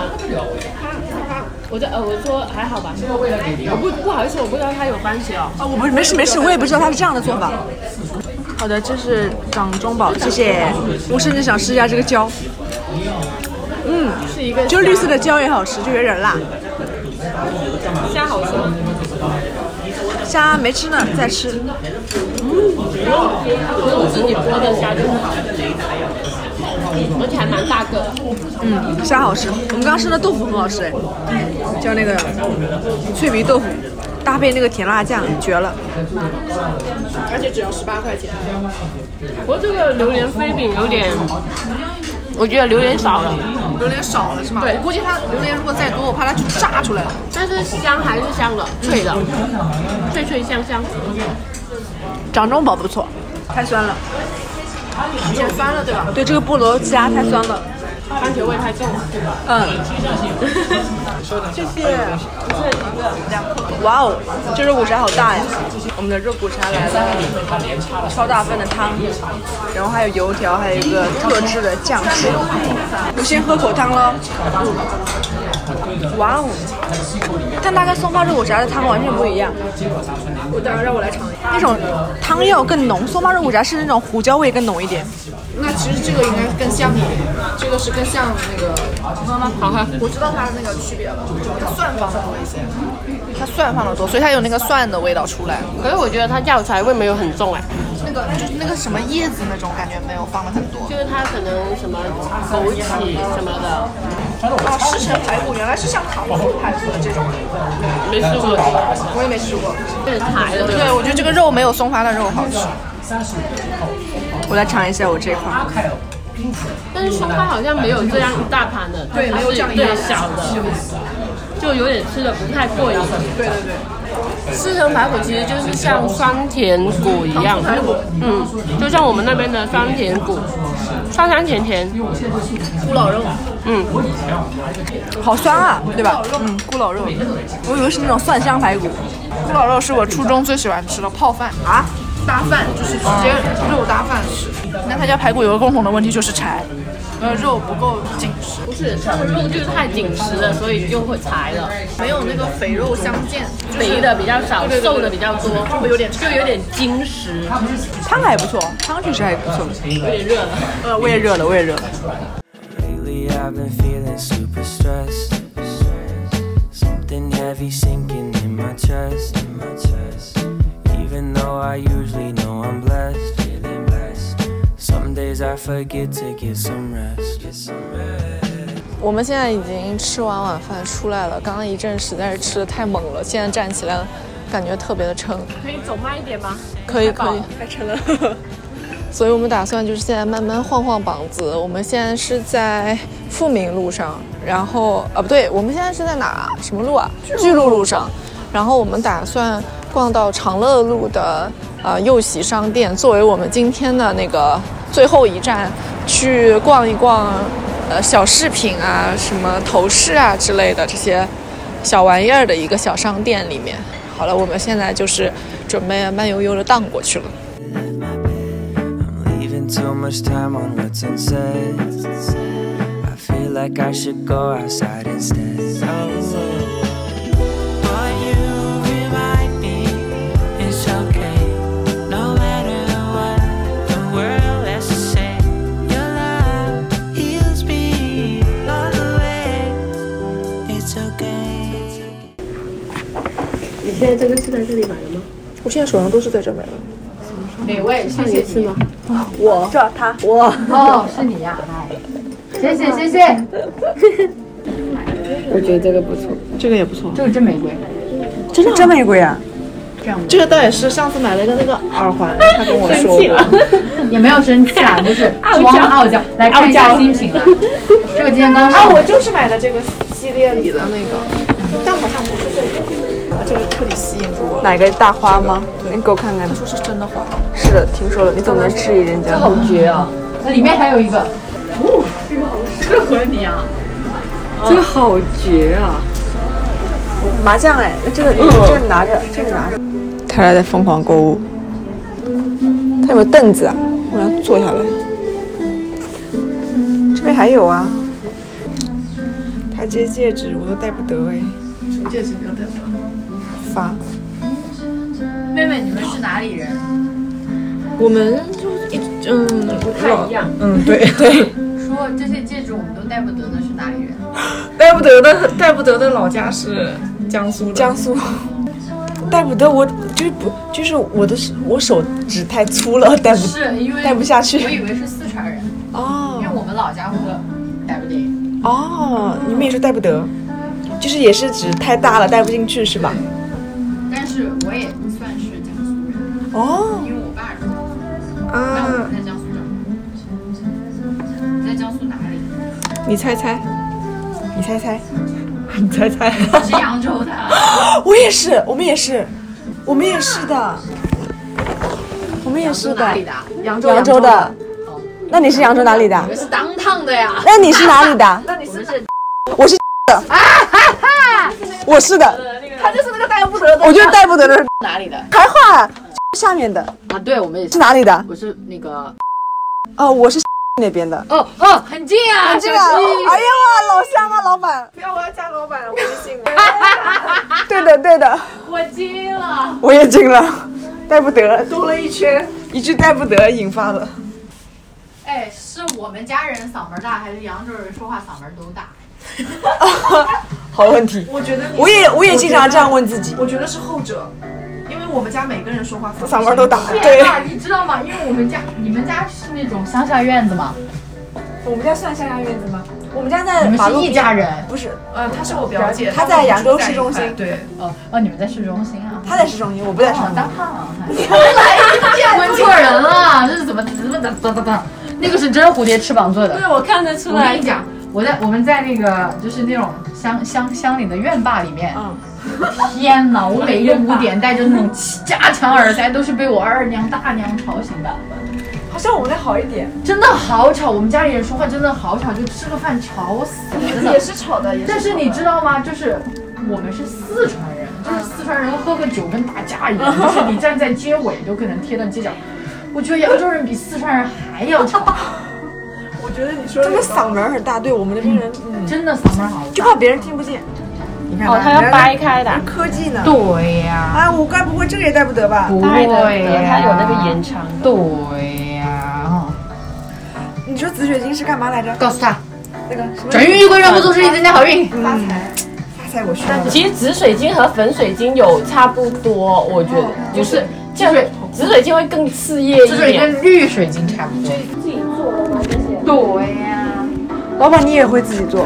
[SPEAKER 2] 我就呃我说还好吧，我不不好意思，我不知道它有番茄哦。
[SPEAKER 5] 啊，我不没事没事，我也不知道它是这样的做法。好的，这是掌中宝，谢谢。我甚至想试一下这个椒，嗯
[SPEAKER 3] 是一个
[SPEAKER 5] 就绿色的椒也好吃，就有点辣。
[SPEAKER 2] 虾好吃吗？
[SPEAKER 5] 虾没吃呢，再吃。
[SPEAKER 2] 不用自己剥的虾就好，而且还蛮大个的。
[SPEAKER 5] 嗯，虾好吃。我们刚刚吃的豆腐很好吃，哎，叫那个脆皮豆腐，搭配那个甜辣酱，绝了。
[SPEAKER 3] 而且只要十八块钱。
[SPEAKER 2] 不过这个榴莲飞饼有点，我觉得榴莲少了，
[SPEAKER 3] 榴莲少了是吗？对，我估计它榴莲如果再多，我怕它就炸出来了。
[SPEAKER 2] 但是香还是香的，脆的，脆脆香香。
[SPEAKER 5] 掌中宝不错，太酸了。
[SPEAKER 3] 减酸了对吧？
[SPEAKER 5] 对，这个菠萝虾太酸了。
[SPEAKER 2] 番茄味太重了，
[SPEAKER 5] 嗯， *laughs* 谢谢。哇哦，这肉骨茶好大呀！我们的肉骨茶来了，超大份的汤，然后还有油条，还有一个特制的酱汁。我先喝口汤喽。哇哦，但它跟松花肉骨茶的汤完全不一样。
[SPEAKER 3] 我待会儿让我来尝一下。
[SPEAKER 5] 那种汤料更浓，松花肉骨茶是那种胡椒味更浓一点。
[SPEAKER 3] 那其实这个应该更像一点，这个是更像那个，
[SPEAKER 2] 好喝。
[SPEAKER 3] 我知道它的那个区别了，它蒜放的多一些，它蒜放的多，所以它有那个蒜的味道出来。
[SPEAKER 2] 可是我觉得它药材味没有很重哎，
[SPEAKER 3] 那个就是那个什么叶子那种感觉没有放的很多。
[SPEAKER 2] 就是它可能什么枸杞什么的，
[SPEAKER 3] 啊，湿城排骨原来是像糖醋排骨的这种，
[SPEAKER 2] 没试过，
[SPEAKER 3] 我也没吃过。
[SPEAKER 2] 有点柴的对吧
[SPEAKER 3] 对，？我觉得这个肉没有松花的肉好吃。
[SPEAKER 5] 我来尝一下我这一块。
[SPEAKER 2] 但是松花好像没有这样一大盘的，对，没有这样对小的，就有点吃的不太过瘾。对对对。四川排骨其实就是像酸甜骨一样，嗯，就像我们那边的酸甜骨，酸酸甜甜，咕老肉，嗯，
[SPEAKER 5] 好酸啊，对吧？嗯，咕老肉，我以为是那种蒜香排骨。
[SPEAKER 3] 咕老肉是我初中最喜欢吃的泡饭啊，搭饭就是直接肉搭饭吃。那他家排骨有个共同的问题就是柴，呃，肉不够紧实，
[SPEAKER 2] 不是，它的肉就是太紧实了，所以就会柴了，
[SPEAKER 3] 没有那个肥肉相间，就是
[SPEAKER 2] 肥的比较少，瘦的比较多，
[SPEAKER 3] 有点
[SPEAKER 2] 就有点精实，
[SPEAKER 5] 汤还不错，汤确实还不错。
[SPEAKER 2] 有点热了。
[SPEAKER 5] 呃，我也热了，我也热了。
[SPEAKER 9] Lately I've been feeling super stressed. Something heavy sinking in my chest, in my chest. Even though I usually know I'm blessed, feeling blessed. Some days I forget to get some rest. Get some rest.
[SPEAKER 3] 我们现在已经吃完晚饭出来了，刚刚一阵实在是吃的太猛了，现在站起来感觉特别的撑。
[SPEAKER 2] 可以走慢一点吗？
[SPEAKER 3] 可以可以，
[SPEAKER 5] 太沉了。
[SPEAKER 3] 所以我们打算就是现在慢慢晃晃膀子。我们现在是在富民路上，然后啊不对，我们现在是在哪什么路啊？巨鹿路上。然后我们打算逛到长乐路的呃右喜商店，作为我们今天的那个最后一站，去逛一逛呃小饰品啊、什么头饰啊之类的这些小玩意儿的一个小商店里面。好了，我们现在就是准备慢悠悠的荡过去了。
[SPEAKER 9] I'm leaving too much time on what's unsaid. I feel like I should go outside instead. But you remind me it's okay. No matter what the world has to say, your love heals me all the way. It's okay.
[SPEAKER 2] 你现在这个是在这里买的吗？
[SPEAKER 3] 我现在手上都是在这买的。
[SPEAKER 2] 美味，上一次吗？
[SPEAKER 5] 这它
[SPEAKER 7] 哦，是你呀、哎谢谢谢谢，
[SPEAKER 2] 我觉得这个不错。
[SPEAKER 5] 这个也不错，
[SPEAKER 7] 这个真玫瑰，
[SPEAKER 5] 真的真玫瑰啊！
[SPEAKER 3] 这个倒也是上次买了一个那个耳环，他跟我说过，
[SPEAKER 7] 也没有生气啊，就是装傲娇，来看一下心情啊。这个今天刚上，
[SPEAKER 3] 我就是买的这个系列里的那个，但好像不是这个，啊这个彻底吸引住我了。
[SPEAKER 5] 哪个大花吗？你给我看看。
[SPEAKER 3] 说是真的花，
[SPEAKER 5] 是的，听说了，你总能质疑人家。
[SPEAKER 7] 好绝啊！那里面还有一个，哦，这个好适合你啊。
[SPEAKER 5] 这个好绝啊！麻将哎，这个这个拿着，这个拿着。
[SPEAKER 10] 嗯他俩在疯狂购物。他有没有凳子啊？我要坐下来。
[SPEAKER 5] 这边还有啊，
[SPEAKER 10] 他这些戒指我都戴不得哎，
[SPEAKER 8] 什么戒指没有戴吗？
[SPEAKER 10] 发。
[SPEAKER 8] 妹妹，你们是哪里人？
[SPEAKER 5] 我们就一嗯，不
[SPEAKER 2] 太一样。
[SPEAKER 5] 嗯，对 *laughs* 对，
[SPEAKER 8] 说这些戒指我们都戴不得的是哪里人？
[SPEAKER 3] 戴不得的，戴不得的老家是江苏的。
[SPEAKER 5] 江苏。戴不得，我就是不就是我的手我手指太粗了，戴不
[SPEAKER 8] 是因为
[SPEAKER 5] 戴不下去。
[SPEAKER 8] 我以为是四川人
[SPEAKER 5] 哦，
[SPEAKER 8] 因为我们老家会戴不得。
[SPEAKER 5] 哦，你们也说戴不得，就是也是指太大了戴不进去是吧？
[SPEAKER 8] 但是我也不算是江苏人
[SPEAKER 5] 哦，
[SPEAKER 8] 因为我爸是江苏人，但我
[SPEAKER 3] 啊
[SPEAKER 8] 不，在江苏长大。你在江苏哪里？
[SPEAKER 3] 你猜猜，
[SPEAKER 5] 你猜猜， *laughs*
[SPEAKER 3] 你猜猜，
[SPEAKER 8] 我是扬州的。
[SPEAKER 5] 我也是，我们也是，我们也是的，我们也是
[SPEAKER 8] 哪
[SPEAKER 5] 的
[SPEAKER 8] 里，的？扬州。
[SPEAKER 5] 扬州的。那你是扬州哪里
[SPEAKER 8] 我
[SPEAKER 5] 的？
[SPEAKER 8] 们是当趟的呀。
[SPEAKER 5] 那你是哪里的？
[SPEAKER 8] 那你是
[SPEAKER 5] 我是的，我是的，
[SPEAKER 8] 他就是那个戴不得的。
[SPEAKER 5] 我就戴不得的，
[SPEAKER 8] 哪里的？
[SPEAKER 5] 还画下面的
[SPEAKER 8] 啊，对，我们也
[SPEAKER 5] 是。哪里的？
[SPEAKER 8] 我是那个。
[SPEAKER 5] 哦，我是那边的。
[SPEAKER 8] 哦哦，很近啊，
[SPEAKER 5] 这个，哎呀哇，老乡啊，老板，
[SPEAKER 3] 不要，我要加老板微信。
[SPEAKER 5] *laughs* 对的对的，
[SPEAKER 8] 我惊了。
[SPEAKER 5] 我也惊了，戴不得，
[SPEAKER 3] 兜了一圈，
[SPEAKER 5] 一句戴不得引发的。
[SPEAKER 8] 哎，是我们家人嗓门大，还是扬州人说话嗓门都大？
[SPEAKER 5] 好问题，
[SPEAKER 3] *laughs* 我觉得你
[SPEAKER 5] 我也我也
[SPEAKER 3] 觉
[SPEAKER 5] 经
[SPEAKER 3] 得
[SPEAKER 5] 常这样问自己，
[SPEAKER 3] 我觉得是后者，因为我们家每个人说话
[SPEAKER 5] 嗓门都大。
[SPEAKER 8] 天
[SPEAKER 5] 对，
[SPEAKER 8] 呐，你知道吗？因为我们家，你们家是那种乡下院子吗？
[SPEAKER 5] 我们家算乡下院子吗？我们家在
[SPEAKER 8] 你们
[SPEAKER 5] 马
[SPEAKER 8] 是
[SPEAKER 5] 路
[SPEAKER 8] 一家人？
[SPEAKER 5] 不是，
[SPEAKER 3] 呃，她是我表姐，
[SPEAKER 5] 她
[SPEAKER 3] 她
[SPEAKER 5] 在
[SPEAKER 3] 们
[SPEAKER 5] 扬州
[SPEAKER 3] 住在
[SPEAKER 5] 市
[SPEAKER 3] 一
[SPEAKER 5] 中
[SPEAKER 3] 块
[SPEAKER 5] 心
[SPEAKER 3] 对，
[SPEAKER 8] 哦哦，你们在市中心啊？
[SPEAKER 5] 他在市中心，我不在市中
[SPEAKER 8] 哦，
[SPEAKER 5] 心。
[SPEAKER 8] 当胖啊！ *laughs* 问错人了，这是怎么怎么怎么怎么？那个是真蝴蝶翅膀做的。
[SPEAKER 2] 对，我看得出
[SPEAKER 8] 我跟你讲，我在我们在那个就是那种乡乡乡里的院坝里面，
[SPEAKER 5] 嗯
[SPEAKER 8] 天哪！我每一个五点带着那种加强耳塞，都是被我二娘大娘吵醒的。
[SPEAKER 5] 好像我们那好一点，
[SPEAKER 8] 真的好吵，我们家里人说话真的好吵，就吃个饭吵死了，真的
[SPEAKER 3] 也是吵的，也是。
[SPEAKER 8] 但是你知道吗？就是我们是四川人，
[SPEAKER 5] 啊
[SPEAKER 8] 就是四川人喝个酒跟打架一样，就是你站在街尾都可能贴到街角。我觉得扬州人比四川人还要
[SPEAKER 5] *laughs*
[SPEAKER 8] 吵，
[SPEAKER 3] 我觉得你说
[SPEAKER 5] 真的嗓门很大，对我们那边人，嗯，
[SPEAKER 8] 真的嗓门好
[SPEAKER 5] 就怕别人听不见。你看
[SPEAKER 2] 哦，他要掰开的，
[SPEAKER 5] 科技呢？
[SPEAKER 8] 对呀、
[SPEAKER 5] 啊，我该不会这个也戴不得吧？
[SPEAKER 2] 掰的，它有那个延长的。
[SPEAKER 8] 对呀、
[SPEAKER 5] 你说紫水晶是干嘛来着？
[SPEAKER 8] 告诉他，
[SPEAKER 5] 那个什么
[SPEAKER 8] 转运玉桂圆不足十里，增加好运。
[SPEAKER 5] 发财，发财我需要。
[SPEAKER 2] 其实紫水晶和粉水晶有差不多，我觉
[SPEAKER 8] 哦
[SPEAKER 2] 得就是这样
[SPEAKER 8] 水，
[SPEAKER 2] 紫水晶会更刺激一
[SPEAKER 8] 这水
[SPEAKER 2] 点。
[SPEAKER 8] 跟绿水晶差不多。对呀、
[SPEAKER 5] 老板，你也会自己做？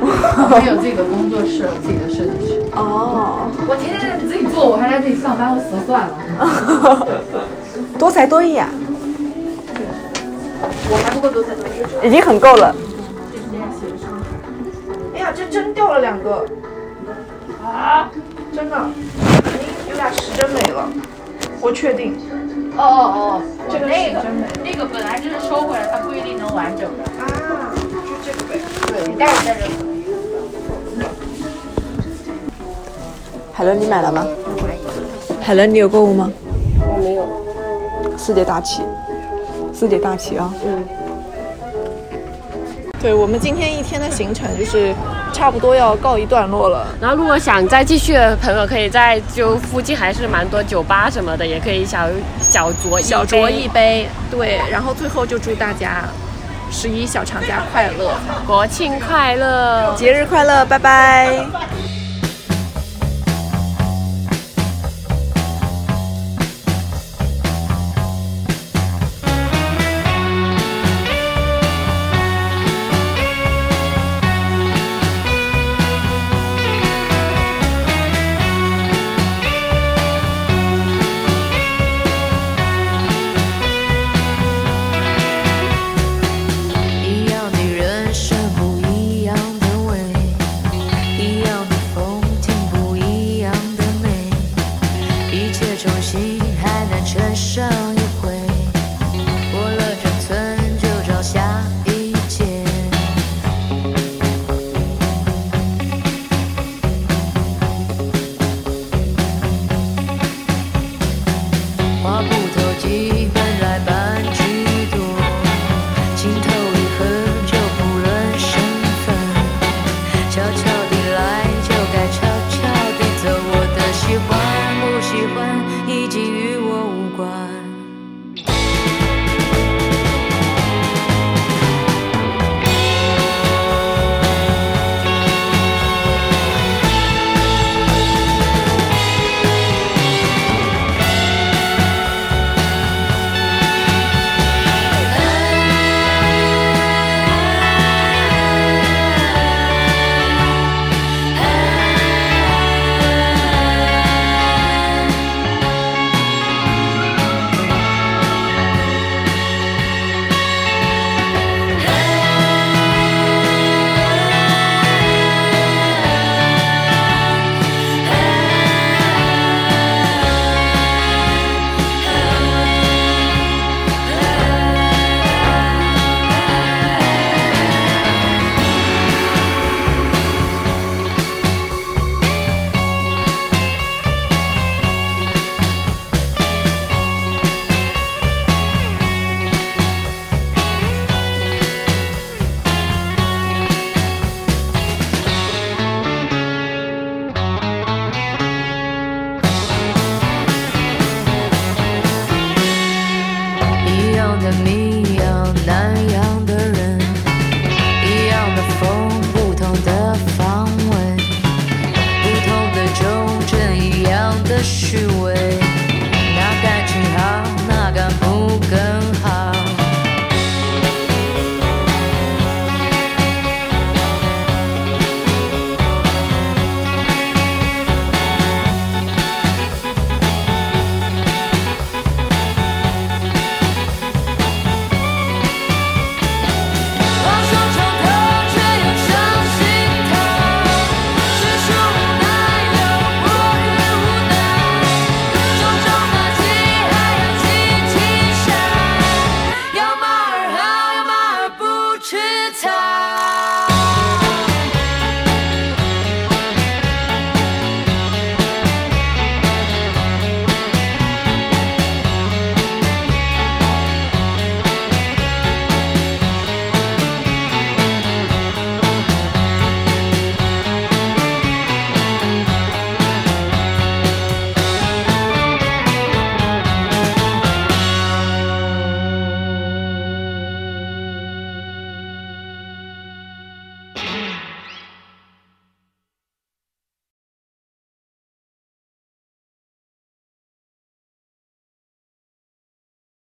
[SPEAKER 8] 我有自己的工作室，有自己的设计师。
[SPEAKER 5] 哦，
[SPEAKER 8] 我天天在自己做，我还在这里上班，我死了算了。
[SPEAKER 5] *laughs* 多才多艺啊，
[SPEAKER 3] 我还不够多才多艺。
[SPEAKER 5] 已经很够了。
[SPEAKER 3] 哎呀，这真掉了两个。啊！真的，有俩是真没了，我确定。
[SPEAKER 8] 哦哦哦，
[SPEAKER 3] 这个是真没了
[SPEAKER 8] 那个本来就是收回来，它不一定能完整的。
[SPEAKER 3] 啊，就这个呗。
[SPEAKER 8] 对，带着带着。
[SPEAKER 5] 海伦，你买了吗？海伦，你有购物吗？
[SPEAKER 2] 我没有，
[SPEAKER 5] 四姐大气，四姐大气啊！
[SPEAKER 3] 对我们今天一天的行程就是差不多要告一段落了。
[SPEAKER 2] 然后如果想再继续的朋友，可以在就附近还是蛮多酒吧什么的，也可以小小酌一
[SPEAKER 3] 小酌一
[SPEAKER 2] 杯
[SPEAKER 3] 杯，对，然后最后就祝大家十一小长假快乐，
[SPEAKER 2] 国庆快乐。
[SPEAKER 5] 节日快乐，拜拜。
[SPEAKER 11] 一样的人生不一样的味，一样的
[SPEAKER 8] 的是